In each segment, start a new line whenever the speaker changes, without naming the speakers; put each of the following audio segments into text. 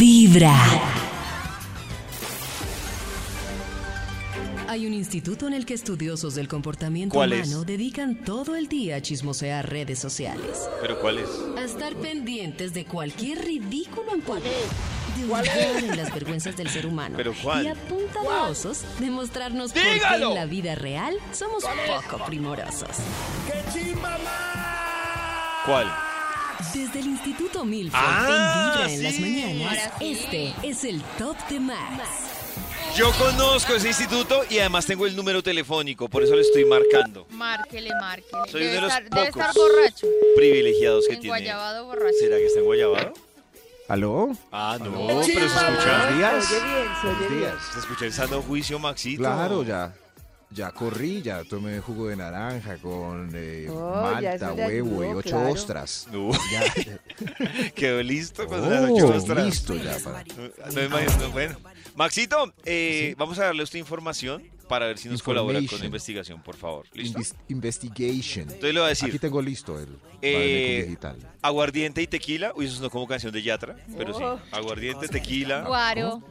Vibra. Hay un instituto en el que estudiosos del comportamiento
¿Cuál es?
humano dedican todo el día a chismosear redes sociales,
¿Pero cuál es?
a estar pendientes de cualquier ridículo en público, de hurgar en las vergüenzas del ser humano
¿Pero cuál?
y a punta de osos demostrarnos por qué
¡Dígalo!
en la vida real somos poco primorosos.
¿Cuál?
Desde el Instituto Milford
Ah,
en Vibra en las
sí.
mañanas, este es el Top de Max.
Yo conozco ese instituto y además tengo el número telefónico, por eso le estoy marcando.
Márquele, márquele.
Soy
debe,
de los
estar, debe
pocos.
estar borracho.
Privilegiados que
En
tiene.
guayabado borracho.
¿Será que está en Guayabado?
¿Aló?
Ah, no, pero se escucha.
Buenos días.
Buenos días.
Se escucha el sano juicio, Maxito.
Claro, ya. Ya corrí, ya tomé jugo de naranja con eh,
Oh, ya
malta,
eso le
huevo y
ayudó,
ocho
claro.
ostras.
No,
Ya, ya.
quedó listo con
Oh,
las ocho ostras.
listo ya. para-
No, me imagino, bueno. Maxito, eh, vamos a darle usted información para ver si nos colabora con
Information.
la investigación, por favor. ¿Listo?
Inves- investigation.
Entonces le voy a
Aquí
decir,
tengo listo el
Eh,
Bademecum digital.
aguardiente y tequila. Uy, eso sonó como canción de Yatra, pero sí. Aguardiente, tequila,
Guaro.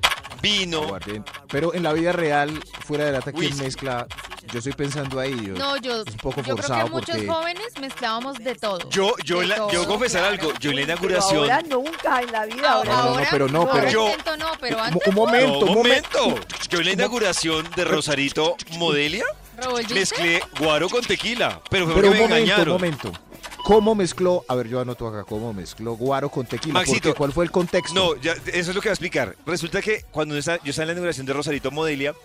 vino.
Aguardiente. Pero en la vida real, fuera del ataque
Whisky.
mezcla, yo estoy pensando ahí. Yo,
No, yo,
Es un poco
yo creo
forzado
que muchos
porque-
jóvenes mezclábamos de todo.
Yo, yo,
De
en la-
todo,
yo confesar algo, yo en la
Pero
inauguración.
ahora nunca en la vida.
Ahora,
Ahora,
No, no, no,
ahora,
pero no,
ahora
pero- Yo-
intento no, pero
Eh, Un,
antes.
un momento,
No,
un momento.
Yo en la inauguración de Rosarito Modelia
¿Revolviste?
mezclé guaro con tequila, pero fue
Pero
porque
un
me
momento, un
engañaron.
momento. ¿Cómo mezcló? A ver, yo anoto acá, ¿cómo mezcló guaro con tequila?
Maxito.
Porque, ¿Cuál fue el contexto? Ah,
No, ya, eso es lo que voy a explicar. Resulta que cuando uno está- yo estaba en la inauguración de Rosarito Modelia,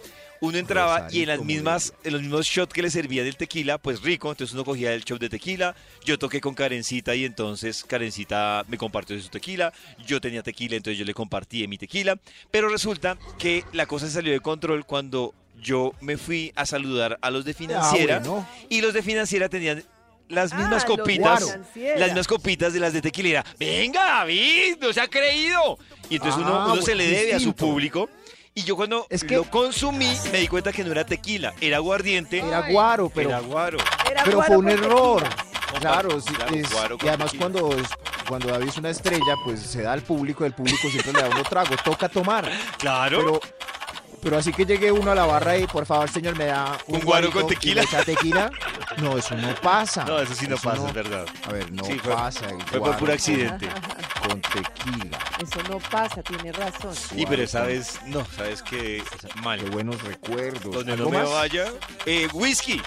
uno entraba y en las
Rosarito
mismas, en los mismos shots que le servían el tequila, pues rico, entonces uno cogía el shot de tequila, yo toqué con Karencita y entonces Karencita me compartió su tequila, yo tenía tequila, entonces yo le compartí de mi tequila, pero resulta que la cosa se salió de control cuando yo me fui a saludar a los de financiera
Ah, bueno.
y los de financiera tenían las
Ah,
mismas
los de
copitas,
Financiera.
las mismas copitas de las de tequila. y era, Venga, David, no se ha creído. Y entonces uno,
Ah,
uno se
bueno,
le debe a su
distinto.
público. Y yo cuando
Es que-
lo consumí me di cuenta que no era tequila, era aguardiente,
Era guaro, pero
era guaro.
Era
Pero
guaro
fue un
con
error.
tequila.
Claro, sí,
Claro,
es-
Guaro con
y además
tequila.
cuando, es- cuando David es una estrella, pues se da al público, el público siempre le da uno trago, toca tomar.
Claro.
Pero, pero así que llegue uno a la barra y por favor, señor, me da un,
Un guaro con
guarito y
tequila.
le echa tequila. No, eso no pasa.
no, eso sí no pasa,
no-
es verdad.
A ver, no
Sí, fue-
pasa. el
Fue por
guaro
puro accidente.
Con, con tequila.
Eso no pasa, tiene razón.
Y pero sabes, no, sabes que mal.
Qué buenos recuerdos.
Donde
¿Algo
no me
más?
vaya. Eh, whisky,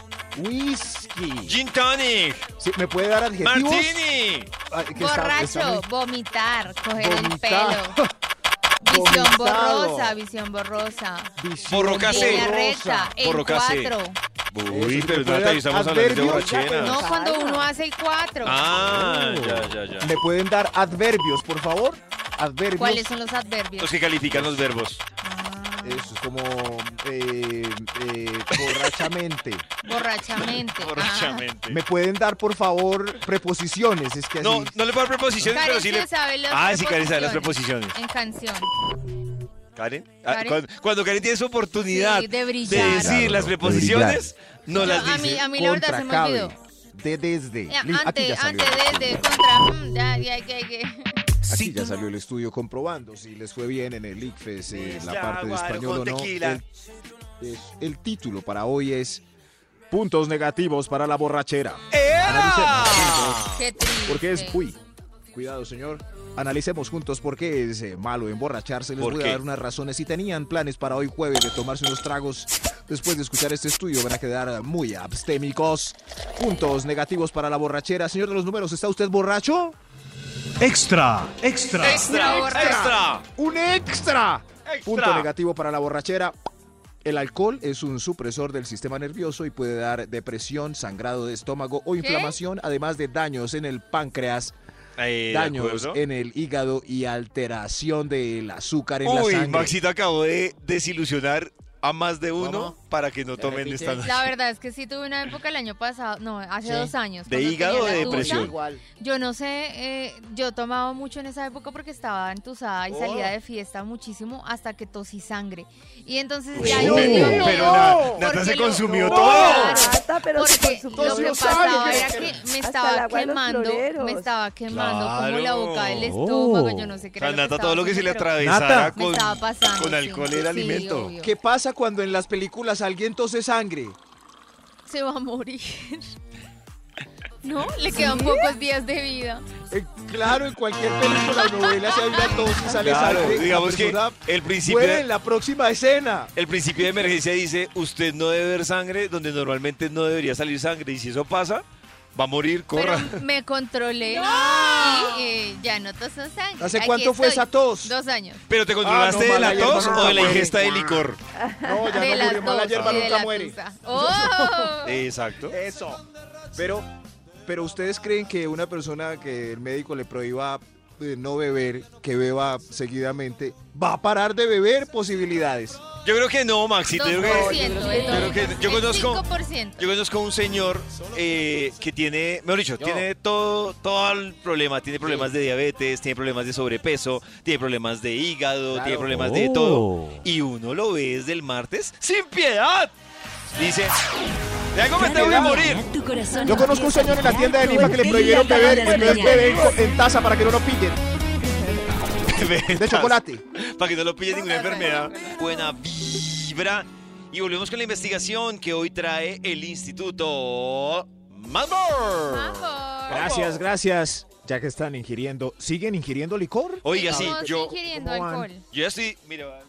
Whisky.
gin tonic,
Sí, ¿Me puede dar adjetivos?
martini.
Ah, que está-
Borracho,
está muy-
vomitar, coger el
Vomitar.
pelo. Visión
Vomitado.
borrosa, visión borrosa.
Visión
Borrocasé.
Línea
Borrosa.
recta, en
Borrocasé.
cuatro.
Uy, pero
Eso, ¿te puede
Nata,
dar
ahí estamos hablando de
adverbios?
borrachera.
No,
Calma.
cuando uno hace el cuatro.
Ah,
Oh.
ya, ya, ya.
¿Me pueden dar adverbios, por favor? Adverbios.
¿Cuáles son los adverbios?
Los que califican los verbos.
Ah,
Eso es como eh, eh, borrachamente.
borrachamente. Ah.
Borrachamente.
¿Me pueden dar, por favor, preposiciones? Es que así.
No, no le puedo dar
Ah.
preposiciones, pero
Karen
sí
se
le.
sabe las
Ah, sí, Karen sabe las
preposiciones.
preposiciones.
En canción.
Karen, ah,
Karen.
Cuando, cuando Karen tiene su oportunidad
Sí, de
de
brillar.
decir
Claro,
las
de
preposiciones, no
Yo-
las
a mí,
dice.
a mí la verdad se me
Contracabe,
olvidó.
De desde.
Ya,
Listo, aquí
Antes,
ya salió.
antes, desde, contra. mm, Ya, ya, ya, ya.
Aquí ya salió el estudio comprobando si les fue bien en el ICFES, eh, la parte de
Guaro
español o
con
no.
tequila.
El, es- Pues, el título para hoy es Puntos negativos para la borrachera. Analicemos.
Qué triste.
Porque es. Uy, cuidado, señor. Analicemos juntos por qué es eh, malo emborracharse. Les
¿Por
voy
qué?
a dar unas razones. Si tenían planes para hoy jueves de tomarse unos tragos, después de escuchar este estudio van a quedar muy abstémicos. Puntos negativos para la borrachera. Señor de los números, ¿está usted borracho?
Extra, extra.
Extra,
Extra.
extra.
¡Un extra!
Extra.
Punto negativo para la borrachera. El alcohol es un supresor del sistema nervioso y puede dar depresión, sangrado de estómago o inflamación, además de daños en el páncreas,
Eh, ¿de
daños
acuerdo?
en el hígado y alteración del azúcar en la
Uy,
sangre.
Maxito acabó de desilusionar a más de uno
¿Cómo?
para que no tomen
repite?
esta noche.
La verdad es que sí tuve una época el año pasado, no, hace
Sí.
dos años.
¿De
cuando
hígado o
tenía
de
la
depresión?
duda.
Igual.
Yo no sé, eh, yo tomaba mucho en esa época porque estaba entusada y
Oh.
salía de fiesta muchísimo hasta que tosí sangre. Y entonces
Uy,
ya ahí
pero-
me dio
pero
miedo,
Na- Nata
porque
se
lo-
consumió
no,
todo.
claro,
Nata, pero se
porque
consumió
lo que
todo.
pasaba
Sangre.
era que me
Hasta el
estaba
agua de los
quemando, me
floreros.
estaba quemando como la
Claro.
boca del estómago, yo no sé
O
qué.
sea,
era lo que
Nata,
estaba
todo lo que se le
haciendo, pero
atravesara
Nata.
me
con,
estaba pasando,
con
sí,
alcohol
sí,
era
sí,
alimento.
obvio.
¿Qué pasa cuando en las películas alguien tose sangre?
Se va a morir. ¿No? Le quedan pocos días de vida.
Eh, claro, en cualquier película o novela si hay una tos y sale
Claro,
sangre,
digamos que
la persona
el principio,
muere en
de,
la próxima escena.
el principio de emergencia dice, usted no debe ver sangre donde normalmente no debería salir sangre y si eso pasa, va a morir, corra.
Pero me controlé y eh, ya no toso sangre.
¿Hace
Aquí
cuánto fue
estoy.
esa tos?
Dos años.
Pero te controlaste
Ah, no,
de la
mala
tos
hierba
o de la
nunca
ingesta de
muere.
licor.
No, ya
de
no
las
murió, mala
dos
hierba
y de
nunca
la
muere.
tusa. ¡Oh!
Exacto.
Eso. Pero, pero ustedes creen que una persona que el médico le prohíba eh, no beber, que beba seguidamente, va a parar de beber posibilidades.
Yo creo que no, Maxito. Yo creo que,
2%,
yo creo que- yo
el
conozco-
5%.
yo conozco a un señor eh, que tiene, mejor dicho,
Yo.
tiene todo, todo el problema. Tiene problemas de diabetes, tiene problemas de sobrepeso, tiene problemas de hígado,
Claro. Oh.
tiene problemas de todo. Y uno lo ve desde el martes sin piedad. Dice, de algo me
Cada
tengo que
mañana
morir.
tu corazón
Yo conozco un
empieza a
señor en la
vibrar
tienda de
con
Lima que le
Deli
prohibieron
Alvarado
beber,
en las
entonces
mañanas.
bebe en co- en taza para que no lo pillen. De chocolate.
para que no lo pille ninguna enfermedad. Buena vibra. Y volvemos con la investigación que hoy trae el Instituto Mambo.
Vamos.
Gracias, gracias. Ya que están ingiriendo, ¿siguen ingiriendo licor?
Oiga, sí,
Estamos
yo,
ingiriendo
¿Cómo van?
alcohol.
yo ya estoy. Mira,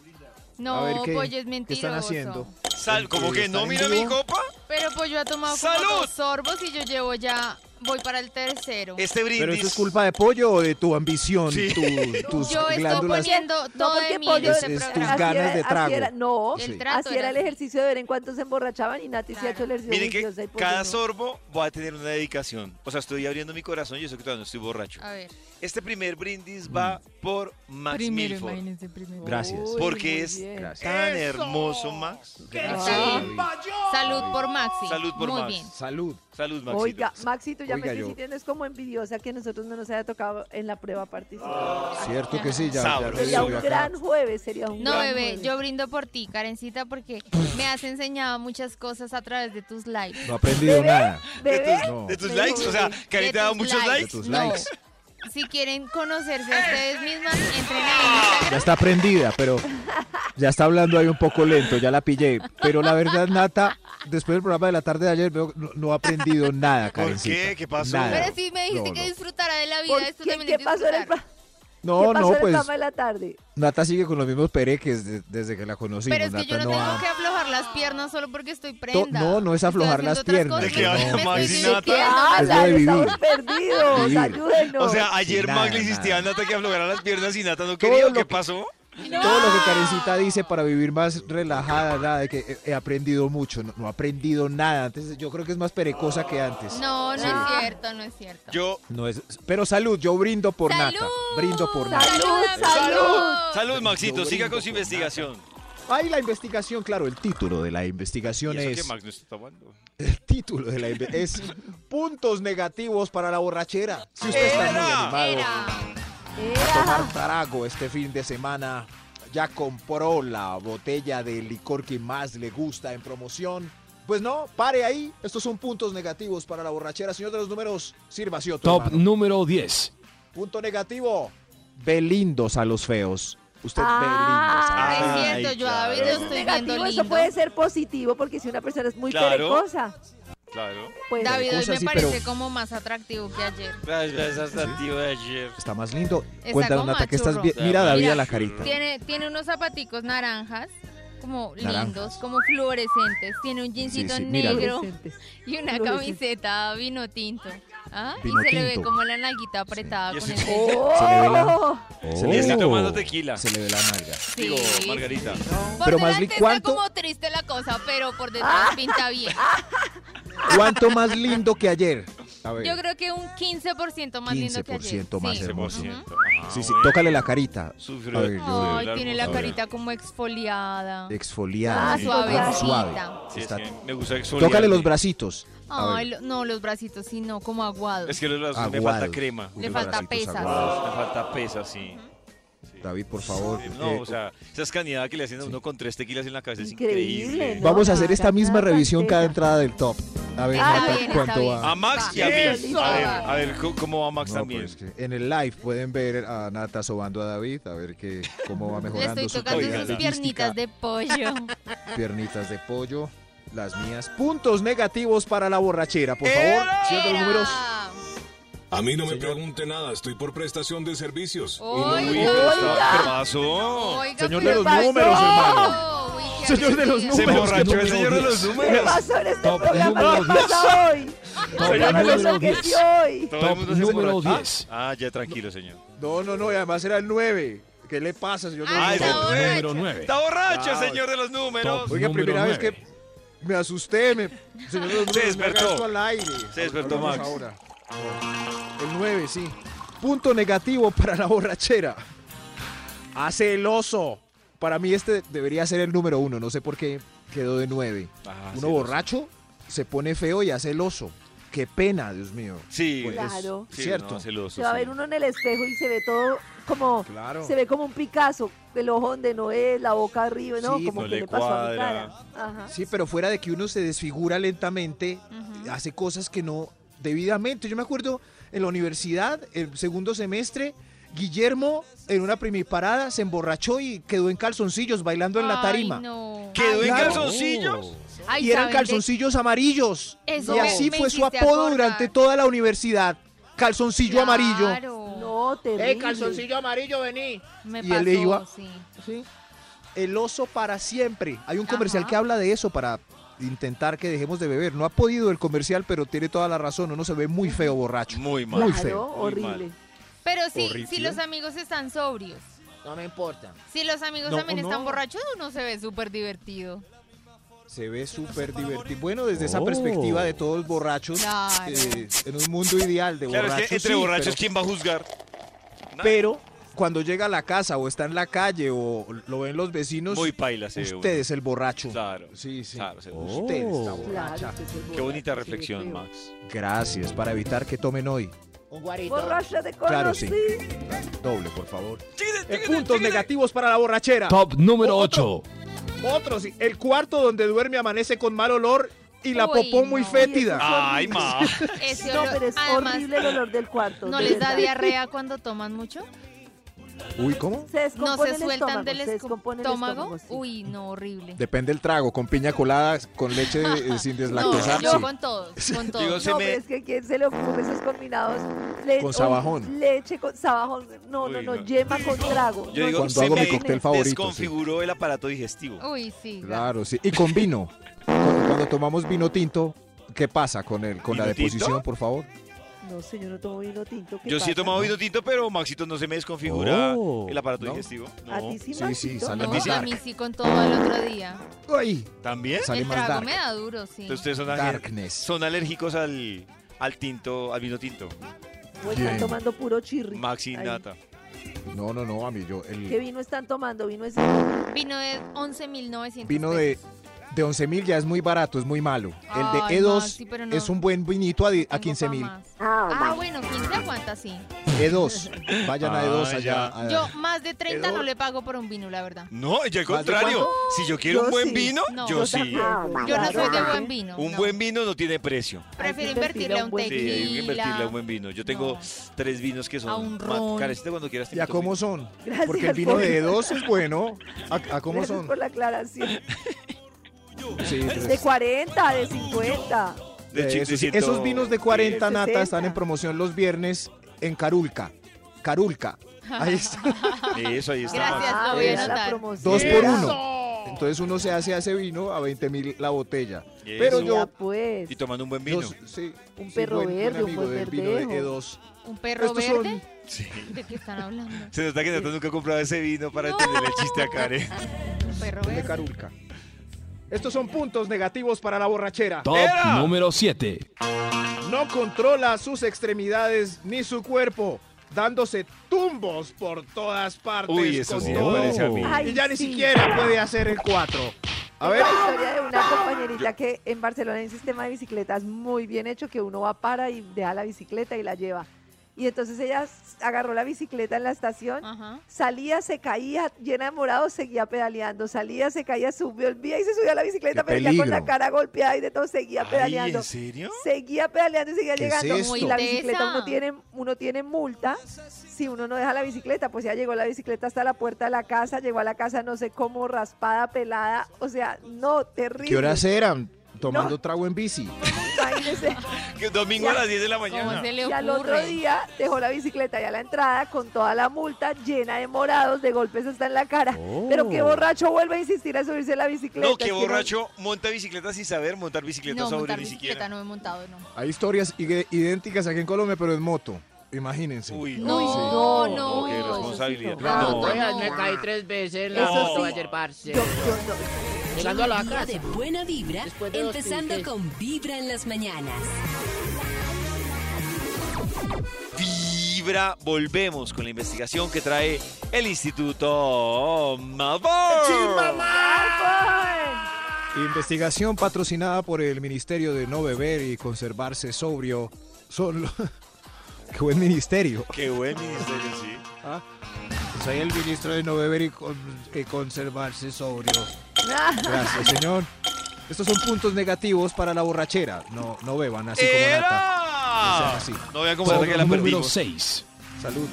No,
A ver, ¿qué-
pollo es
¿Qué
mentiroso.
están haciendo?
sal, como que no,
¿Están en
mira mi
vivo?
copa.
Pero pollo ha tomado
¡Salud!
como dos sorbos y yo llevo ya, voy para el tercero.
Este brindis.
¿Pero eso es culpa de pollo o de tu ambición,
Sí.
tu- tus
yo estoy
glándulas?
poniendo
No,
todo de
porque
mí en
pollo
Es-
este
es tus
programa.
ganas de trago.
no,
El
Sí.
trato
así era el
era-
ejercicio de ver en cuánto se emborrachaban y Nati sí ha hecho el
Claro.
ejercicio
Miren
juiciosa y
que
por
cada
qué no.
sorbo va a tener una dedicación. O sea, estoy abriendo mi corazón y yo sé que todavía no estoy borracho.
A ver.
Este primer
Mm.
brindis va por Max Milford.
primero.
Gracias.
Uy,
Porque
muy
es
bien. Ah,
tan hermoso, Max.
Salud por Maxi.
Salud por
Muy
Max.
bien.
Salud.
Salud, Maxito.
Oiga, Maxito, ya
Oiga,
me estoy
yo-
sintiendo es como envidiosa que a nosotros no nos haya tocado en la prueba
Ah,
participar.
Cierto que sí, ya.
Sabroso.
ya-
Sería
ya-
un
ya-
gran jueves, sería un
No,
gran
bebé,
jueves.
yo brindo por ti, Karencita, porque me has enseñado muchas cosas a través de tus likes.
No ha aprendido nada.
De
¿Bebé?
tus,
No.
de tus
Bebé.
likes, o sea,
De
Karen te ha dado
tus
muchos likes.
De tus
No.
likes.
Si quieren conocerse a ustedes mismas, entren ahí en
Ah.
Instagram.
Ya está aprendida, pero ya está hablando ahí un poco lento, ya la pillé. Pero la verdad, Nata, después del programa de la tarde de ayer, veo que no, no ha aprendido nada,
¿Por
Karencita.
qué? ¿Qué pasó?
Nada.
Pero sí me dijiste
No,
que
no.
disfrutara de la
¿Por
vida, esto
qué,
también es
¿Qué pasó en el,
disfrutar.
pa- ¿qué
No,
pasó
no,
en el
pues
programa de la tarde?
Nata sigue con los mismos pereques de- desde que la conocimos.
Pero es que
Nata
yo no
no
tengo
ha-
que aflojar las piernas solo porque estoy prenda.
no, no es aflojar
Estoy
las
haciendo otras
piernas,
¿De qué
cosas.
habla
Me
Maxi,
estoy
Nata?
divirtiendo.
Es lo de
hablan? Ah, Estamos
vivir.
perdidos,
Vivir.
ayúdenos.
O sea, ayer
nada,
Max le insistía a
nada.
Nata que aflojara las piernas y Nata no
Todo
quería. ¿o
lo
¿Qué
que-
pasó?
Todo lo que Karencita dice para vivir más relajada, nada, de que he, he aprendido mucho, no, no ha aprendido nada. Antes, yo creo que es más perecosa que antes.
No, no
Sí.
es cierto, no es cierto.
Yo.
No es, pero salud, yo brindo por Nata. Brindo por Nata.
Salud, salud.
Salud, Maxito,
Yo
siga
brindo
con su
por
investigación.
Ahí la investigación, claro, el título de la
¿Y
investigación
eso
es
que Max no está tomando?
el título de la inve- es puntos negativos para la borrachera. Si usted está muy
Era.
animado
Era.
a tomar trago este fin de semana, ya compró la botella de licor que más le gusta en promoción. Pues no, pare ahí. Estos son puntos negativos para la borrachera. Señor de los números, sirva sí otro.
Top
hermano.
número 10.
Punto negativo. Belindos a los feos. Usted ve lindos a
Ah,
los
Ay,
feos.
es
Ay,
cierto, yo a
claro.
David lo
eh,
Eso es
estoy viendo
negativo,
lindo.
eso puede ser positivo porque si una persona es muy
Claro.
perecosa,
Claro.
pues
David hoy
Cosa
me
sí,
parece
pero-
como más atractivo que ayer.
Gracias, Pues, hasta tío ayer.
Está más lindo.
Está
Cuéntanos,
como
Nata, que estás
machurro.
bien. Mira a David
Mira,
a la carita.
Tiene, tiene unos zapaticos naranjas, como
Naranjas.
lindos, como fluorescentes. Tiene un jeansito
sí, míralo.
negro
adolescentes.
y una
Fluorescentes.
camiseta vino tinto. ¿Ah?
Vino
y se le ve
tinto.
como la naguita apretada
Yo
con
soy-
el dedo.
¡Oh!
Se le está tomando tequila.
Oh. Se le ve la nalga.
Sí.
Digo, Margarita.
Por
Pero,
delante
Masli,
está
¿cuánto? Ah.
como triste la cosa, pero por detrás pinta bien.
¿Cuánto más lindo que ayer? A ver.
Yo creo que un 15% más lindo que ayer.
15% más
Sí.
hermoso.
Ah,
Sí, sí,
bueno.
tócale la carita.
Sufrió.
A ver, Eh, yo-
Ay, tiene la
A ver.
carita como exfoliada.
Exfoliada.
Ah,
sí,
suavecita.
suave.
Sí, es
Está-
que me gusta exfoliarme.
Tócale los bracitos. A
Ay,
ver.
lo- no, los bracitos, sí, no, como aguados.
Es que los brazos me
Aguados.
falta crema.
Uy,
Le
los
falta
bracitos
pesas.
aguados.
Me falta pesa, sí.
David, por favor.
Eh,
eh,
No, o sea, esa escaneada que le hacen a uno con tres tequilas en la cabeza es
Increíble,
increíble.
¿no?
Vamos a hacer
Cada-
esta misma
cada
revisión cada
francesa.
entrada del top. A ver,
Está
Nata,
Ah, bien, está
cuánto
bien.
va.
A Max y a
Eso.
mí. A ver, a ver co- cómo va Ah, Max
No,
también.
pues, que en el live pueden ver a Nata sobando a David, a ver que, cómo va
Le
mejorando
estoy
su
tocando
calidad
sus
lingüística.
piernitas de pollo.
Piernitas de pollo, las mías. Puntos negativos para la borrachera, por favor. Señor de los números.
Era.
A mí no me pregunte nada, estoy por prestación de servicios.
Uy,
Oiga,
pero está hermoso.
oiga,
Señor
pero
de los
pasó.
números, hermano.
Uy, qué
Señor de los
alegría.
Se
números.
emborrachó el
números,
señor de los
Dios.
¿Qué
números.
pasó en este
Top
pues,
programa? ¿Qué
número
pasa hoy?
Top
¿Qué
número
pasó
10.
hoy?
Todo el mundo se
número
emborrachó.
10.
Ah, ya tranquilo, señor.
No, no, no, y además era el 9. ¿Qué le pasa, señor de los
Ah,
números?
está
Top
borracho.
número 9.
Está borracho,
Ah,
señor de los números.
top.
Oiga,
Número
primera vez
nueve.
que me asusté, me, señor de los números, me
despertó.
haga esto al aire.
Se despertó
Hablamos
Max.
ahora. El 9, sí. Punto negativo para la borrachera. Hace el oso. Para mí este debería ser el número uno. No sé por qué quedó de 9.
Ah,
Uno
sí,
borracho se pone feo y hace el oso. Qué pena, Dios mío.
Sí,
Pues,
Claro.
sí,
cierto.
no, celoso,
Se va a
sí.
ver uno en el espejo y se ve todo como...
Claro.
Se ve como un Picasso, el ojo donde no es, la boca arriba, ¿no?
Sí,
como
no
que
le
le pasó a mi
cuadra.
cara. Ajá.
Sí, pero fuera de que uno se desfigura lentamente,
Ujú.
hace cosas que no debidamente. Yo me acuerdo en la universidad, el segundo semestre, Guillermo en una primiparada se emborrachó y quedó en calzoncillos bailando en la
Ay,
tarima.
no.
¿Quedó en
Claro.
calzoncillos?
Ay,
y eran
¿saben de-
calzoncillos amarillos.
Eso
y
me-
así
me
fue su
hiciste
apodo
acordar.
durante toda la universidad. Calzoncillo amarillo.
Claro.
No,
Eh,
terrible.
amarillo, vení!
Me
Y él
pasó,
iba-
sí.
Sí. El oso para siempre. Hay un comercial
Ajá.
que habla de eso para intentar que dejemos de beber. No ha podido el comercial, pero tiene toda la razón. Uno se ve muy feo borracho.
Muy mal.
Muy
Claro,
feo,
horrible.
Pero sí,
Horrible.
si los amigos están sobrios.
No me importa.
Si los amigos
No,
también están
no.
borrachos, uno se ve súper divertido.
Se ve súper divertido. Bueno, desde esa
Oh.
perspectiva de todos borrachos,
Claro.
eh, en un mundo ideal de
Claro,
borrachos.
es que entre
sí,
borrachos,
pero-
¿quién va a juzgar?
Pero cuando llega a la casa o está en la calle o lo ven los vecinos,
Muy paila se ve uno.
usted es el borracho.
Claro.
Sí, sí.
Claro, se-
Oh.
Usted está
Claro.
borracha.
usted es
Qué
borracho,
bonita
Oh. sí,
reflexión,
feo.
Max.
Gracias para evitar que tomen hoy.
Borracha de corazón.
Claro, sí. Doble, por favor. Eh, puntos negativos para la borrachera.
Top número
Otro.
8.
Otro, sí. El cuarto donde duerme amanece con mal olor y la
Uy,
popó muy
no.
fétida.
Eh, Ay, Max.
Ese
No,
olor-
pero es
además,
horrible el olor del cuarto.
¿no
de
les da
verdad.
diarrea cuando toman mucho?
Uy, ¿cómo?
Se
¿No
descompone
se
el estómago.
sueltan del
se descompone el
estómago?
sí.
Uy, no, horrible.
Depende del trago, con piña colada, con leche eh, sin
No,
deslactosar.
yo
sí.
con todos, con
Digo,
todos.
se
no,
me-
pero es que ¿quién se le ocurre esos combinados? Le-
Con
uy,
sabajón.
leche con sabajón. No,
Uy,
no,
no.
no. Yema con trago.
Yo
No,
digo,
no,
Cuando
se
no,
hago mi
me
no,
cóctel favorito, sí.
desconfiguró el aparato digestivo.
Uy, sí.
Claro, sí. Y con vino. Cuando, cuando tomamos vino tinto, ¿qué pasa con el, con la
¿Vino tinto?
deposición, por favor?
No, señor, no tomo vino tinto. ¿qué
Yo sí he
pasa?
tomado vino tinto, pero Maxito no se me desconfigura
Oh,
el aparato
¿no?
digestivo.
¿A
No.
ti
Sí,
sí,
sí,
Maxito?
sale
No,
más
a
dark.
mí sí con todo al otro día.
Ay,
¿También?
sale
el
más
trago me
dark.
da duro, sí.
Entonces ustedes son, agen-
Darkness.
son alérgicos al, al tinto, al vino tinto.
¿O están
Bien.
tomando puro chirri.
Max y
Ahí.
Nata.
No, no, no, a mí yo.
¿Qué
El
vino están tomando? Vino es
Vino de 11.900
vino de,
pesos.
de 11 mil ya es muy barato, es muy malo. El
Ay,
de E2
Maxi, pero no.
es un buen vinito a, di- a
Tengo
15 mil.
pa' más. Ah, bueno, 15 aguanta, sí.
E2. Vayan a E2
Ah,
allá.
ya.
a-
Yo más de 30 no le pago por un vino, la verdad.
No, yo al
¿Más de
contrario. Si yo quiero
Yo
un buen
sí.
vino,
No,
yo
yo
sí. Ah,
Yo no soy de buen vino.
Un
no.
buen vino no tiene precio.
Prefiero invertirle a un
Sí, hay
Sí, hay que
tequila.
invertirle a un buen vino. Yo tengo
No.
tres vinos que son.
A un
ma-
ron.
Karencita, cuando quieras. te
¿Y a
invito un
cómo
vino.
son?
Gracias
Porque el vino
por-
de E2 es bueno. ¿A, a cómo
Gracias
son? Pues
por la aclaración.
Sí,
De 40, de 50.
De
Eh,
chi-
eso
de
sí.
ciento-
Esos vinos de 40
De
nata están
60.
en promoción los viernes en Carulca. Carulca. Ahí está.
Eso, ahí está.
Gracias,
Max.
Ah,
lo voy a
vea la
anotar.
promoción.
Dos por uno. Entonces uno se hace a ese vino a 20 mil la botella. Pero
Eso.
Ya,
yo,
pues.
Y tomando un buen
yo
vino.
sí,
Un
sí,
perro
buen- buen
verde, un
amigo
buen
del vino de
verdejo.
E2.
¿Un perro
Estos son-
verde?
Sí.
¿De qué están hablando?
Se nota que Nata nunca ha comprado ese vino para
No.
entenderle el chiste ¿eh? a Karen.
¿Un perro
de
verde?
Carulca. Estos son puntos negativos para la borrachera.
Top número 7.
No controla sus extremidades ni su cuerpo, dándose tumbos por todas partes.
Uy, eso
con
sí me
todo.
parece a mí.
Ay,
Y ya ni
sí.
siquiera puede hacer el 4. A ver,
Es la historia de una compañerita que en Barcelona hay un sistema de bicicletas muy bien hecho que uno va para y deja la bicicleta y la lleva. Y entonces ella s- agarró la bicicleta en la estación,
Ajá.
salía, se caía, llena de morado, seguía pedaleando, salía, se caía, subió el vía y se subió a la bicicleta,
¡Qué
pero ya con la
peligro!
cara golpeada y de todo, seguía
Ay,
pedaleando.
¿En serio?
Seguía pedaleando y seguía
¿Qué es
llegando.
esto?
y la
Muy
bicicleta
tesa.
uno tiene, uno tiene multa si uno no deja la bicicleta. Pues ya llegó la bicicleta hasta la puerta de la casa, llegó a la casa no sé cómo, raspada, pelada. O sea, no, terrible.
¿qué horas eran? Tomando
No.
trago en bici.
Imagínese.
Que Domingo a las 10 de la mañana.
¿Cómo se le
Y
ocurre?
al otro día dejó la bicicleta ya a la entrada con toda la multa llena de morados, de golpes hasta en la cara. Pero qué borracho vuelve a insistir a subirse a la bicicleta.
No, qué
Es que
borracho. Monta bicicleta sin saber montar bicicleta
no,
sobre
montar
ni
bicicleta
siquiera.
no he montado, no.
Hay historias ide- idénticas aquí en Colombia, pero en moto. Imagínense.
Uy,
No,
sí.
no,
No, qué
no.
responsabilidad.
Claro,
No,
todo
Oiga,
no.
me caí tres veces en la
Eso
moto
sí.
ayer, parce.
yo- yo no.
Llegando a la
Día de
casa.
buena vibra,
Después de dos
empezando
pinches.
con Vibra en las mañanas.
Vibra, volvemos con la investigación que trae el Instituto Malvar.
Investigación patrocinada por el Ministerio de No Beber y Conservarse Sobrio. Son lo- ¡Qué buen ministerio!
Qué buen ministerio, sí.
¿ah? Soy el ministro de No Beber y, con- y Conservarse Sobrio. Gracias, señor. Estos son puntos negativos para la borrachera. No, no beban así como nata.
¡Era!
No sean así.
No vean cómo que la
número
perdimos.
6.
Salud.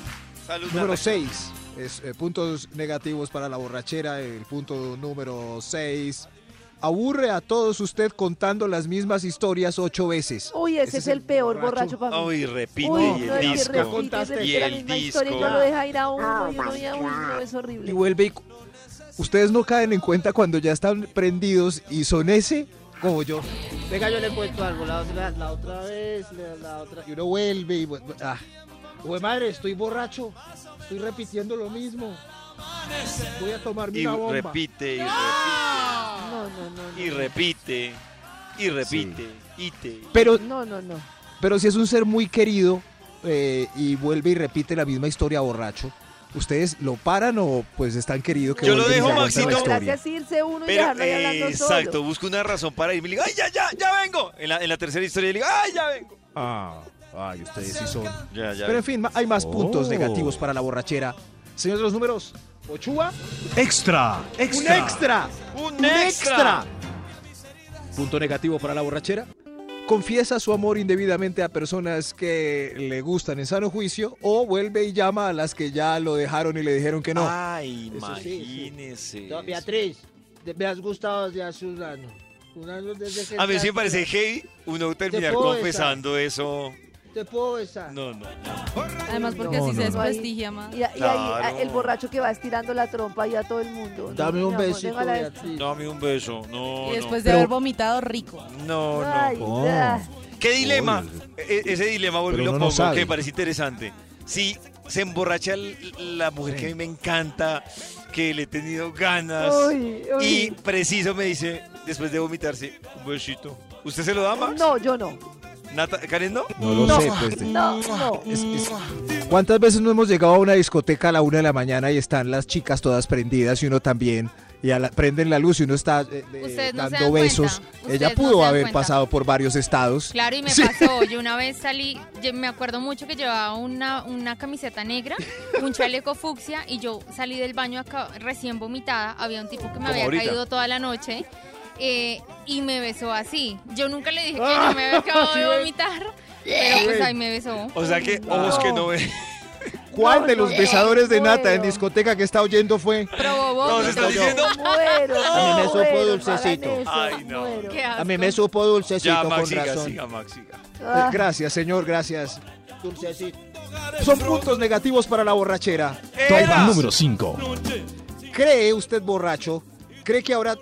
Salud,
Número
Nata.
6. Es, eh, puntos negativos para la borrachera. El punto número 6. Aburre a todos usted contando las mismas historias ocho veces.
Uy, ese, es el peor borracho, para mí.
Uy, repite
Uy,
y
no,
el
es
disco. Ya
que repite,
disco.
contaste.
repite
Y
la
el
misma historia,
disco.
yo lo deja ir a uno, y uno ya, uy, no, es horrible.
Y vuelve y... cu- Ustedes no caen en cuenta cuando ya están prendidos y son ese como yo.
Venga, yo le cuento algo. La, la- la otra vez, la, la otra.
Y uno vuelve y... vu- Ah. Güey, madre, estoy borracho. Estoy repitiendo lo mismo. Voy a tomarme
Y
una bomba.
repite, y repite,
No, no, no. no.
y repite, y repite, y te.
Pero,
No, no, no.
pero si es un ser muy querido eh, y vuelve y repite la misma historia borracho, ¿ustedes lo paran o pues es tan querido que
Yo lo
vuelven y
dejo,
se aguantan la
Maxito.
historia?
Gracias irse uno y
Pero,
dejarlo ahí hablando
eh, exacto, busco una razón para irme y le digo, ¡ay, ya, ya, ya vengo! En la, en la tercera historia le digo, ¡ay, ya vengo!
Ah, ay, ustedes sí son...
Ya, ya.
Pero en fin, ma- hay más puntos
Oh.
negativos para la borrachera. Señores de los números, Ochoa,
Extra,
un
extra.
extra.
¡Un,
Un
extra!
extra. Punto negativo para la borrachera. Confiesa su amor indebidamente a personas que le gustan en sano juicio o vuelve y llama a las que ya lo dejaron y le dijeron que no.
Ay,
Eso sí, sí.
imagínese.
No, Beatriz, te- me has gustado desde hace un año. Un año desde que
A mí sí me
entraste.
parece heavy uno terminar
puedo
confesando eso.
Te puedo besar.
No, no.
Además, porque
No,
así
no,
se
no.
desprestigia más.
Y, a- y ahí
Claro.
a- el borracho que va estirando la trompa ahí a todo el mundo.
Dame
No,
un
mi amor,
besito,
déjala-
Beatriz.
Dame un beso. No,
Y después de
Pero-
haber vomitado rico.
no. No,
Ay,
no.
ah,
¿Qué dilema? E- ese dilema volví
Pero
lo
uno no
pongo,
sabe.
que me parece interesante. Si se emborracha l- la mujer que a mí me encanta, que le he tenido ganas.
uy, uy.
Y preciso me dice, después de vomitarse, un besito. ¿Usted se lo da, Max?
No, yo no.
Nata- ¿Karen no?
No lo
No,
sé, pues, de-
no, no.
Es- es- ¿Cuántas veces no hemos llegado a una discoteca a la una de la mañana y están las chicas todas prendidas y uno también? Y a la- prenden la luz y uno está eh, eh,
Ustedes no se dan
dando besos.
cuenta.
Ella
Ustedes no
pudo
se dan
haber
cuenta.
pasado por varios estados.
Claro, y me
Sí.
pasó. Yo una vez salí, yo me acuerdo mucho que llevaba una, una camiseta negra, un chaleco fucsia, y yo salí del baño acá, recién vomitada. Había un tipo que me
Como
había
ahorita.
caído toda la noche eh, y me besó así. Yo nunca le dije que
Ah,
yo me había acabado de vomitar, pero pues ahí me besó.
O sea que ojos que no ven.
¿Cuál
No,
de los
no,
besadores de nata en
puedo.
discoteca que está oyendo fue?
No,
Probó
se
vómito.
está diciendo.
Muero.
A mí me
muero,
supo
no hagan
dulcecito.
eso,
Ay, no.
muero.
Qué asco.
A mí me supo dulcecito
Ya,
con
Max, siga,
razón.
siga, Max, siga.
Ah,
Eh, Gracias, señor, gracias.
Dulcecito.
Son puntos negativos para la borrachera.
Era.
Top número 5.
¿Cree usted borracho? ¿Cree que ahora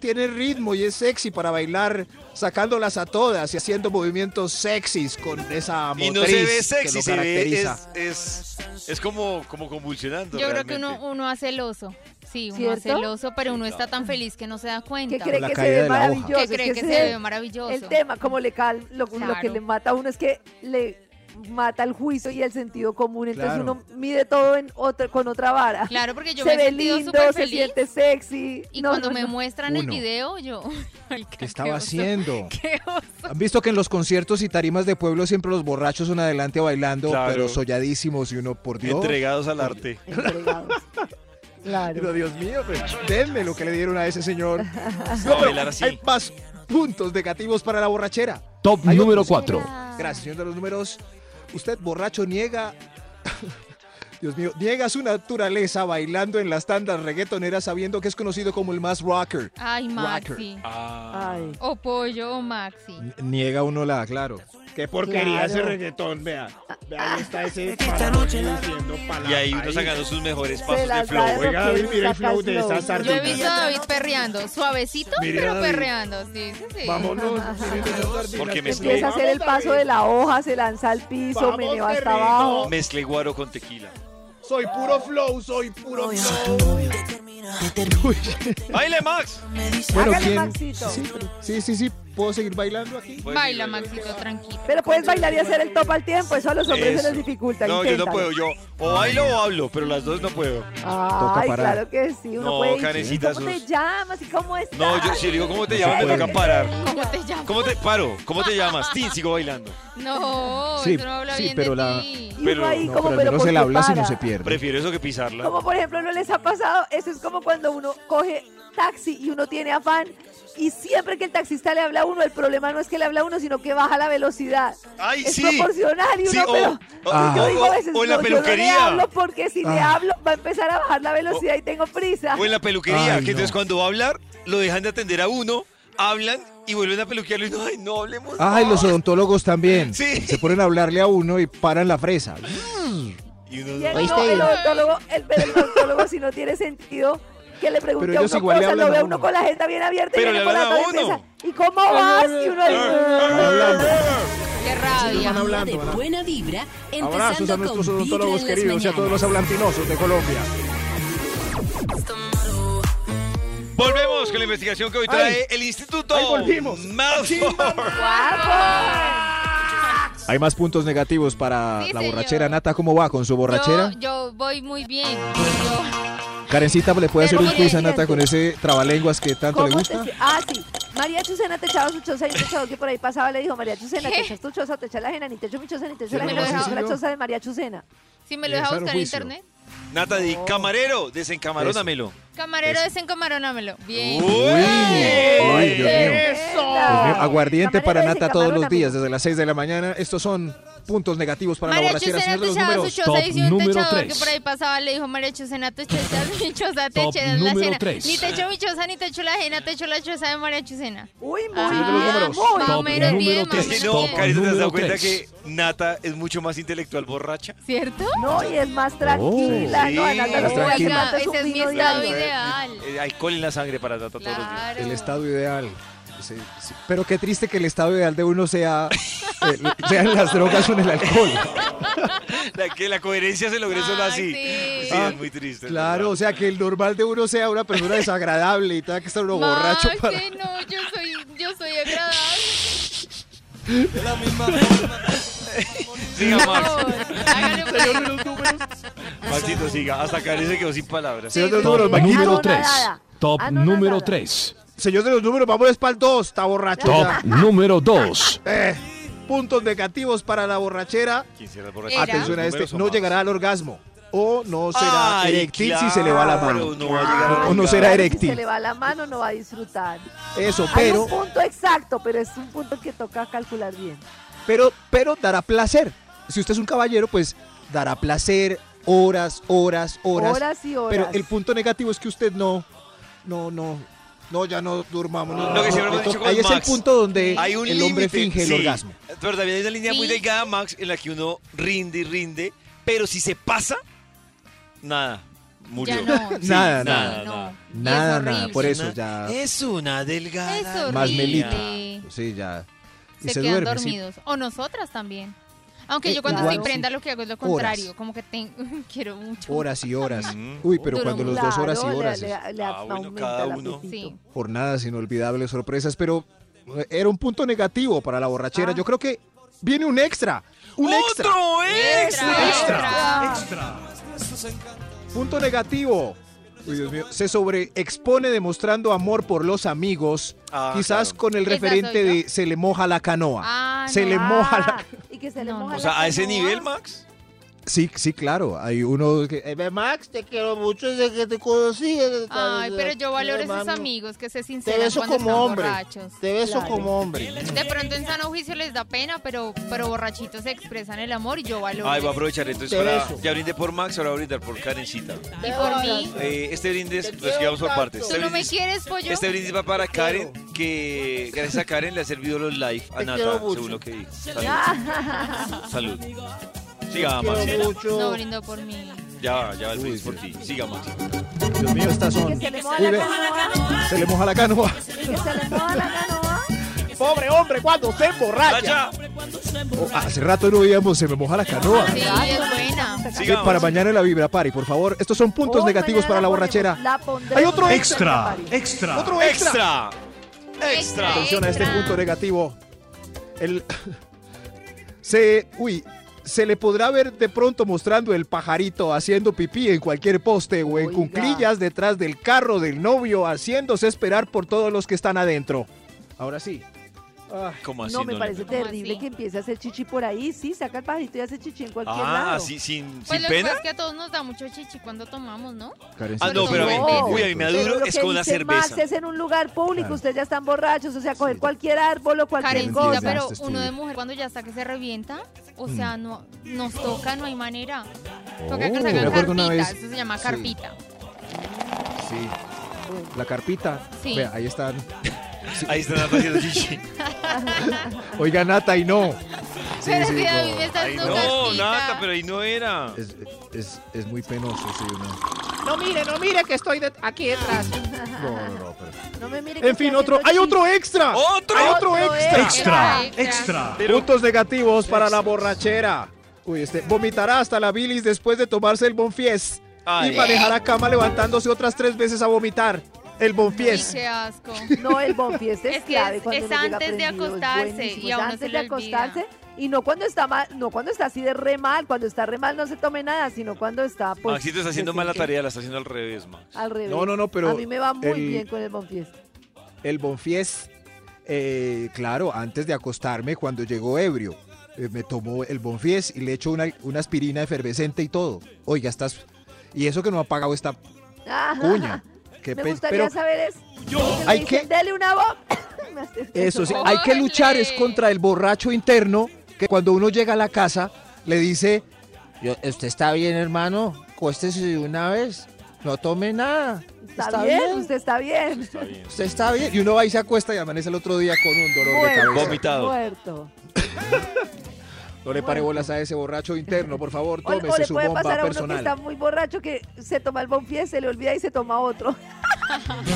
tiene ritmo y es sexy para bailar sacándolas a todas y haciendo movimientos sexys con esa motriz
Y no se ve
que
sexy,
lo
se ve.
caracteriza?
Es, es, es como, como convulsionando.
Yo creo que
realmente.
uno, uno hace el oso. Sí, uno es
¿Cierto?
celoso, pero
Sí,
uno está
claro.
tan feliz que no se da cuenta.
que cree
la
que se
caída
ve
de la hoja.
maravilloso.
Que
es
cree que
ese
se
es
ve maravilloso.
El tema, como le cal, lo, lo que
Claro.
le mata a uno es que le mata el juicio y el sentido común. Entonces
Claro.
uno mide todo en otra, con otra vara.
Claro, porque yo
se
me he
ve
sentido
lindo,
súper
se
feliz.
siente sexy.
Y
No,
cuando
no,
me
no.
muestran el
Uno.
video, yo. Ay,
¿Qué
qué
estaba
oso.
haciendo?
Qué oso.
Han visto que en los conciertos y tarimas de pueblo siempre los borrachos son adelante bailando,
Claro.
pero solladísimos y uno, por Dios.
Entregados al arte.
Entregados.
Pero
Claro.
Dios mío, pero denme lo que le dieron a ese señor.
No, bailar así.
Hay más puntos negativos para la borrachera.
Top
Hay
número
otros.
4.
Gracias, señor de los números. Usted borracho niega. Dios mío, niega su naturaleza bailando en las tandas reggaetoneras sabiendo que es conocido como el más rocker.
Ay, Maxi.
Ay.
O pollo o Maxi.
N- Niega uno la, claro.
Qué porquería ese
Claro.
reggaetón, vea. Vea, ahí está ese parado diciendo palabras.
Y ahí uno
ahí.
sacando sus mejores
Se
pasos de
las
flow.
da de
Oiga,
rockero
David,
y
mire el
saca
flow de
slow.
esas
Yo he
ardillas.
visto a David perreando. Suavecito,
Mire,
pero
David.
perreando. Sí, sí, sí.
Vámonos. miren esas ardillas
Porque
que
me
son.
Empieza a hacer el
Vamos,
paso
David.
de la hoja, se lanza al piso,
Vamos,
menea hasta
perrito.
abajo.
Mezcle guaro con tequila.
Soy puro flow, soy puro flow.
¡Baile, Max!
Bueno,
Hágale,
¿quién?
Maxito.
Sí, sí, sí, sí, ¿Puedo seguir bailando aquí?
Baila, Maxito, tranquilo.
Pero puedes bailar y hacer el top al tiempo, eso a los hombres
Eso.
se les dificulta.
No, yo no
inténtalo.
puedo. Yo o bailo o hablo, pero las dos no puedo.
Ay,
parar.
claro que sí, uno
No,
puede decir,
Karencita,
¿Cómo te
sus-
llamas y cómo estás?
No, yo si le digo, ¿cómo te
No
llamas?
se
Me
puede.
toca parar.
¿Cómo te llamas?
¿Cómo te paro? ¿Cómo te llamas? Tin, sigo bailando.
No,
Sí,
eso no habla
sí,
bien
pero
de
la-
ti.
Y
pero-
uno ahí
No,
como,
pero al
pero
menos
¿por
él
qué
habla si no
para?
se pierde.
Prefiero eso que pisarla.
Como por ejemplo no les ha pasado, eso es como cuando uno coge taxi y uno tiene afán y siempre que el taxista le habla a uno, el problema no es que le habla a uno, sino que baja la velocidad.
¡Ay,
es
sí!
proporcional y uno,
Sí, o,
pero...
o-
Ah.
Yo digo a veces,
o en la
no, yo no le
peluquería.
hablo porque si le
Ah.
hablo va a empezar a bajar la velocidad y tengo prisa.
O en la peluquería,
Ay,
que entonces
no.
cuando va a hablar, lo dejan de atender a uno, hablan y vuelven a peluquearlo y no, ay, no hablemos.
Ay, los
más".
odontólogos también.
Sí.
Se ponen a hablarle a uno y paran la fresa.
Y
Y
uno,
el,
"Ay,
no, el odontólogo, el, pero el odontólogo si no tiene sentido que le pregunte
Pero
a
ellos
uno
igual le
cosas, lo
hablan
ve
a
a uno
uno.
con la agenda bien abierta
Pero le
y viene con la
hablan a
otra y
uno.
empieza, ¿y cómo vas? Y uno dice,
Hablando.
Qué
Una
rabia.
van hablando,
de
van hablando.
buena vibra,
Abrazos
empezando
a
con
nuestros
vibra en
odontólogos
las
queridos y a todos
mañanas.
los hablantinosos de Colombia.
Volvemos con la investigación que hoy trae el Instituto.
Ahí volvimos.
Malfoy.
Hay más puntos negativos para
Sí,
la
señor.
borrachera. Nata, ¿cómo va con su borrachera?
Yo, yo voy muy bien. Yo-
Karencita, ¿le puede hacer
Pero
un quiz a
mire,
Nata con ese trabalenguas que tanto le
¿Cómo
gusta?
te Ah, sí. María Chucena te echaba su choza y un techador que por ahí pasaba le dijo, María Chucena,
¿Qué?
te echas tu choza, te echas la ajena, ni te echo mi choza, ni te echo
Sí,
la
me
ajena,
lo
te echo
dejaba.
la choza de María Chucena.
Si me lo deja
Ingresar
buscar en
juicio.
internet.
Nata, di camarero, desencamarónamelo.
Camarero, desencamarónamelo.
Uh.
Bien.
Uy, Dios mío. Dios mío,
¡Eso!
Aguardiente para
Camarero,
Nata todos los
camarón,
días, desde las 6 de la mañana. Estos son puntos negativos para la
María
borrachera,
Chucena
señor
te
de los
echaba su
números.
choza
Top
y si un
número
techador que
tres.
por ahí pasaba le dijo, María Chucena, te echas mi choza, te
Top
echas la
número
cena.
tres.
Ni te echo mi choza, ni te echo la ajena, te echo la choza de María Chucena.
Uy, muy
Ah,
bien, muy
más o
Top
menos
número
Es
bien, más o
tres.
que
menos
no,
Top
bien.
Carita, ¿te has dado
número
cuenta
tres.
que Nata es mucho más intelectual borracha?
¿Cierto?
No, y es más tranquila,
Sí.
¿no? A Nata lo
Más
que le
tranquila.
encanta es un
Ese es mi
vino
estado
diario.
ideal.
Eh, alcohol en la sangre para Nata todos los días.
Claro.
El estado ideal. Sí, sí. Pero qué triste que el estado ideal de uno sea eh, sean las drogas o en el alcohol.
La, que la coherencia se logre solo
Ay,
así.
sí.
Sí, es muy triste. es
Ah, Claro, o
verdad.
sea, que el normal de uno sea una persona desagradable y tenga que estar uno borracho
Maxi,
para...
no, yo soy, yo soy agradable.
Siga, Max.
Hágale un favor.
Maxito, siga. Hasta Karen se quedó sin palabras.
Señor de los
Sí,
números, Maquito.
sí. Ah, no,
Número
nada,
3.
nada.
Top
Ah, no, nada,
número
nada.
3.
Señor de los números, vamos es para el 2, está borracho.
Top
ya.
número 2.
Eh, puntos negativos para la borrachera.
Quisiera
Era.
Atención a este, no
llegará.
llegará al orgasmo. O no será erectil si se le va la mano.
No va a llegar
O
nunca.
no será
Claro, Si
eréctil.
se le va la mano, no va a disfrutar.
Eso,
Hay
pero,
un punto exacto, pero es un punto que toca calcular bien.
pero, pero dará placer. Si usted es un caballero, pues dará placer horas, horas, horas.
Horas, y horas.
Pero el punto negativo es que usted no, no, no, no, ya no durmamos. no,
Lo
no,
que siempre
no.
hemos dicho con
Ahí es el
Max,
punto donde
Hay un
el hombre
límite,
finge
sí.
el orgasmo.
Pero también hay una línea muy
Sí.
delgada, Max, en la que uno rinde y rinde, pero si se pasa, nada, murió.
Ya no.
Sí,
Nada,
nada,
nada, no. Y es
Nada, nada,
horrible.
por
Es
eso
una-
ya-
Es una delgada.
Es horrible.
Más melita. Sí, ya. Y
se,
se
quedan
duerme, sí.
dormidos. O nosotras también. Aunque
Eh,
yo cuando
igual-
estoy prenda lo que hago es lo
Horas.
contrario, como que te, quiero mucho.
Horas y horas.
Mm.
Uy, pero
Duró
cuando los
mucho.
Claro,
dos horas y
le-
horas.
le-
es-
le
Ah, bueno,
aumenta
cada
el
uno.
apetito.
Sí.
jornadas inolvidables, sorpresas, pero eh, era un punto negativo para la borrachera.
Ah.
Yo creo que viene un extra. Un extra.
¡Otro
Extra,
Extra.
extra.
Punto negativo. Uy, Dios mío. Se sobreexpone demostrando amor por los amigos,
Ah,
quizás
claro.
con el
Esa soy
referente
yo.
de se le moja la canoa.
Ah,
se
no.
le moja
Ah,
la...
Y que se le
No, no.
moja
O
la
sea, a ese
canoa.
nivel, Max.
Sí, sí, claro. Hay uno que...
Eh, ve, Max, te quiero mucho desde que te conocí. desde-
Ay, pero yo valoro a
Mami,
esos amigos que se
eh, Te
sinceran
beso
cuando están
como hombre.
borrachos.
Te beso
Claro.
como hombre.
De pronto en sano juicio les da pena, pero, pero borrachitos se expresan el amor y yo valoro.
Ay, voy a
eso.
aprovechar entonces
Te
para.
beso.
Ya brindé por Max, ahora voy a brindar por Karencita.
Y por mí,
Eh, este brindis,
Te
lo esquivamos por
quiero
partes. Este
tanto.
¿tú no me
brindis,
quieres, pollo?
este brindis va para Karen, que gracias a Karen le ha servido los live a
Te quiero
Nata,
mucho.
según lo que dijo. Salud. Salud. Siga,
Te
Maxi.
quiero mucho.
No brindo por mí.
Ya, ya, el brindis por ti. Siga, Maxi.
Dios mío, estas son...
Que se le moja
Uy,
la
ve,
canoa.
se le moja la canoa.
Que se le moja la canoa.
Pobre hombre, cuando se emborracha.
¡Allá!
Oh, hace rato no veíamos se me moja la canoa.
Ah,
Sí, es buena.
Sí,
Siga,
para
Maxi.
mañana en la Vibra Party, por favor. Estos son puntos
Hoy
negativos
Oh, mañana
para la
ponemos,
borrachera.
la pondremos
Hay otro
en
Extra.
la party.
Extra.
Otro extra.
¡Extra! ¡Extra!
Atención a este
Extra.
punto negativo. El se, uy, se le podrá ver de pronto mostrando el pajarito haciendo pipí en cualquier poste o en
Oiga.
cuclillas detrás del carro del novio haciéndose esperar por todos los que están adentro. Ahora sí. Ay,
¿Cómo así?
No, me parece
¿Cómo
terrible
así?
que empiece a hacer chichi por ahí. Sí, saca el pajito y hace chichi en cualquier lado.
Ah, ¿sí- sin,
Pues
sin
lo que
pena.
pasa es que a todos nos da mucho chichi cuando tomamos, ¿no?
Karencita,
Ah, no, pero a mí,
No.
uy, a mí me da
Pero
duro
lo
es
que
con la
dice Max
cerveza.
es en un lugar público,
Claro.
ustedes ya están borrachos, o sea, coger
Sí.
cualquier árbol o cualquier
Entiendo,
Karencita,
cosa.
pero
este
uno de
estudio. Mm.
mujer cuando ya está que se revienta, o sea, no, nos toca, no hay manera. Toca que se hagan
Oh. me acuerdo una
carpita,
vez.
eso se llama
Sí.
carpita.
Sí. La carpita.
Sí.
Vea, ahí están.
Ahí está Nata haciendo chichi.
Oiga, Nata y no. Sí,
pero
sí,
si David
no.
me está
Ay,
haciendo
no,
carpita.
Nata, pero ahí no era.
Es, es- es muy penoso, sí, no.
No mire, no mire que estoy de- aquí detrás.
No, no, no, pero-
No me mire que
En fin,
estoy
otro.
haciendo
¡Hay otro extra!
¡Otro!
¡Hay otro extra!
Extra.
Extra.
Extra.
Puntos negativos para la
Este.
borrachera. Uy, este vomitará hasta la bilis después de tomarse el bonfies
Ay.
y manejará cama levantándose otras tres veces a vomitar. El bonfies.
Ay, qué asco.
chichi. No, el bonfies es,
Es que
clave
es-
cuando
es
uno llega
antes de
prendido, es
acostarse,
buenísimo,
y a
es
uno
antes
se
de
le olvida.
acostarse y no cuando está mal, no cuando está así de re mal, cuando está re mal no se tome nada, sino cuando está pues
Maxito está haciendo
pues,
mal la
en-
tarea, la está haciendo al revés, Max.
Al revés.
No, no, no, pero
a mí me va muy
el-
bien con el bonfies.
El bonfies, eh, claro, antes de acostarme, cuando llegó ebrio, eh, me tomó el bonfies y le echo una, una aspirina efervescente y todo. Oiga, estás. Y eso que no ha pagado esta
Ajá.
cuña. Qué
Me
pe-
gustaría
pero
saber es
Hay
hay que
que-
dele una voz.
Eso sí,
Eso.
hay que luchar
¡Ole!
es contra el borracho interno que cuando uno llega a la casa le dice,
Yo- ¿Usted está bien, hermano? Cuéstese de una vez. No tome nada.
Está, bien, usted está bien.
Está bien.
usted está bien, y uno va y se acuesta y amanece el otro día con un dolor de
Muerto,
cabeza.
Vomitado.
Muerto.
No le pare bolas a ese borracho interno, por favor,
O, o
tómese
le
su
puede
bomba
pasar a uno que está
personal.
muy borracho que se toma el bonfies, se le olvida y se toma otro.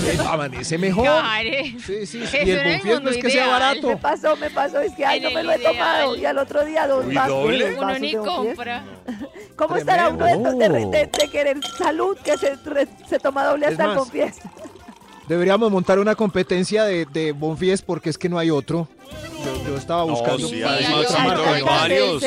Eh, Amanece mejor.
Karen.
Sí, sí, sí.
Eso
Y
era
el
el
bonfies no es
mundo
que sea
ideal.
Me
barato.
pasó, me pasó, es que ay,
En
no me
el
lo he tomado.
ideal.
Y al otro día dos
Uy,
vasos,
doble.
dos
Uno
vasos
ni
de bonfies.
compra.
¿Cómo estará uno de,
Tremendo.
de, de- de querer salud que se, re- se toma doble
Es
hasta el
más,
bonfies?
Deberíamos montar una competencia de, de bonfies porque es que no hay otro. Yo, yo estaba
No,
buscando.
sí,
por ahí
hay
otra
otro,
marca.
hay varios.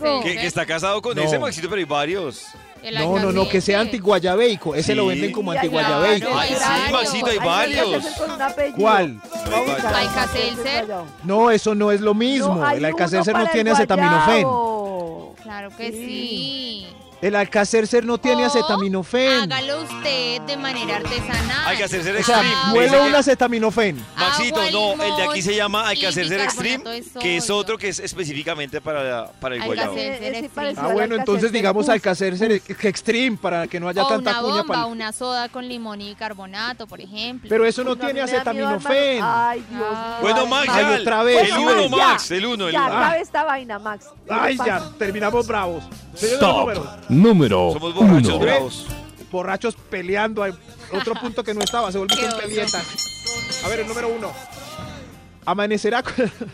Ok.
Que, que está casado con
No.
ese Maxito, pero hay varios.
El
No, no, no, que sea
alcacete.
antiguayabeico. Ese lo
Sí.
venden como
Y hay
antiguayabeico.
varios,
Ay,
hay
sí,
varios.
Maxito, hay
Hay marcas que
varios.
hacen con un apellido.
¿Cuál?
No
Voy
hay
a buscar
varios.
a
Alcacelcer.
Alcacelcer guayabo.
No, eso no es lo mismo.
No, hay
el
uno
Alcacercer no
para el
tiene acetaminofén.
guayabo.
Claro que sí.
El Alcacercer no tiene
O
acetaminofén.
Hágalo usted de manera artesanal.
Hay que hacerse el
O sea,
extreme.
Ah,
Me dice
muelo un
que-
acetaminofén.
Maxito,
Agua,
no, el de aquí
limón
se llama Hay que
y
hacerse el extreme,
bicarbonato de
que es
sodio.
otro que es específicamente para, para el
Hay que
guayabo.
hacer- Alcacelcer
Ese
extreme.
parecido
Ah,
al
bueno, entonces
Alcacelcer
digamos
Plus.
Alcacercer ex- extreme para que no haya
o
tanta
una
cuña.
bomba,
pa'l-
una soda con limón y bicarbonato, por ejemplo.
Pero eso no
Pues a mí
tiene
me da miedo,
acetaminofén.
hermano. Ay, Dios mío.
Bueno,
Ay,
Max,
Ay,
ya,
otra vez.
el uno,
Ya,
Max, el uno, el
Ya,
uno.
acabe esta vaina, Max.
Ah. Ay,
Pasa.
ya, terminamos bravos. Señor de los
Top
números,
número
Somos borrachos
uno.
bravos.
borrachos peleando. hay Otro punto que no estaba, se
Qué
volvieron
oso.
pelietas. A ver, el número uno. Amanecerá con,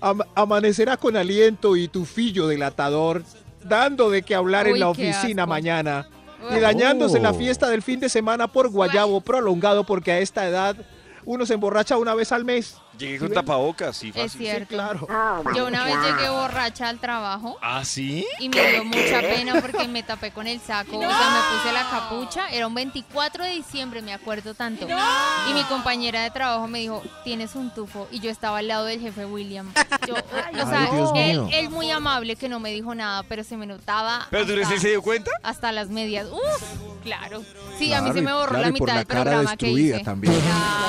Am- amanecerá con aliento y tufillo delatador, dando de qué hablar
Uy,
en la
qué
oficina
asco.
mañana. Y
Uy.
dañándose la
Oh.
fiesta del fin de semana por guayabo prolongado, porque a esta edad uno se emborracha una vez al mes.
Llegué con tapabocas, sí,
Es
fácil.
Sí,
cierto.
claro.
Yo una vez llegué borracha al trabajo
¿Ah, sí?
y me dio mucha pena porque me tapé con el saco, o sea, me puse la capucha. Era un 24 de diciembre, me acuerdo tanto. Y mi compañera de trabajo me dijo, tienes un tufo. Y yo estaba al lado del jefe William. Yo, o sea,
Ay, Dios
él,
mío.
él muy amable que no me dijo nada, pero se me notaba.
¿Pero
hasta-
Durecel se dio cuenta?
hasta las medias. Uf, claro. Sí, a mí se
Claro,
me borró
claro,
la
y por
mitad
la
del
cara
programa que
destruida
hice.
también.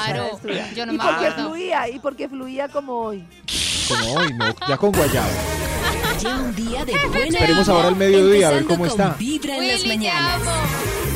Claro, yo no
y
me
porque
acuerdo.
fluía, y porque fluía como hoy.
Como hoy, no, ya con guayabo.
Lleva un día de buena
Esperemos
vibra,
ahora el mediodía, a ver
empezando
cómo
con
está.
Vibra en las
Willy, te
mañanas.
amo.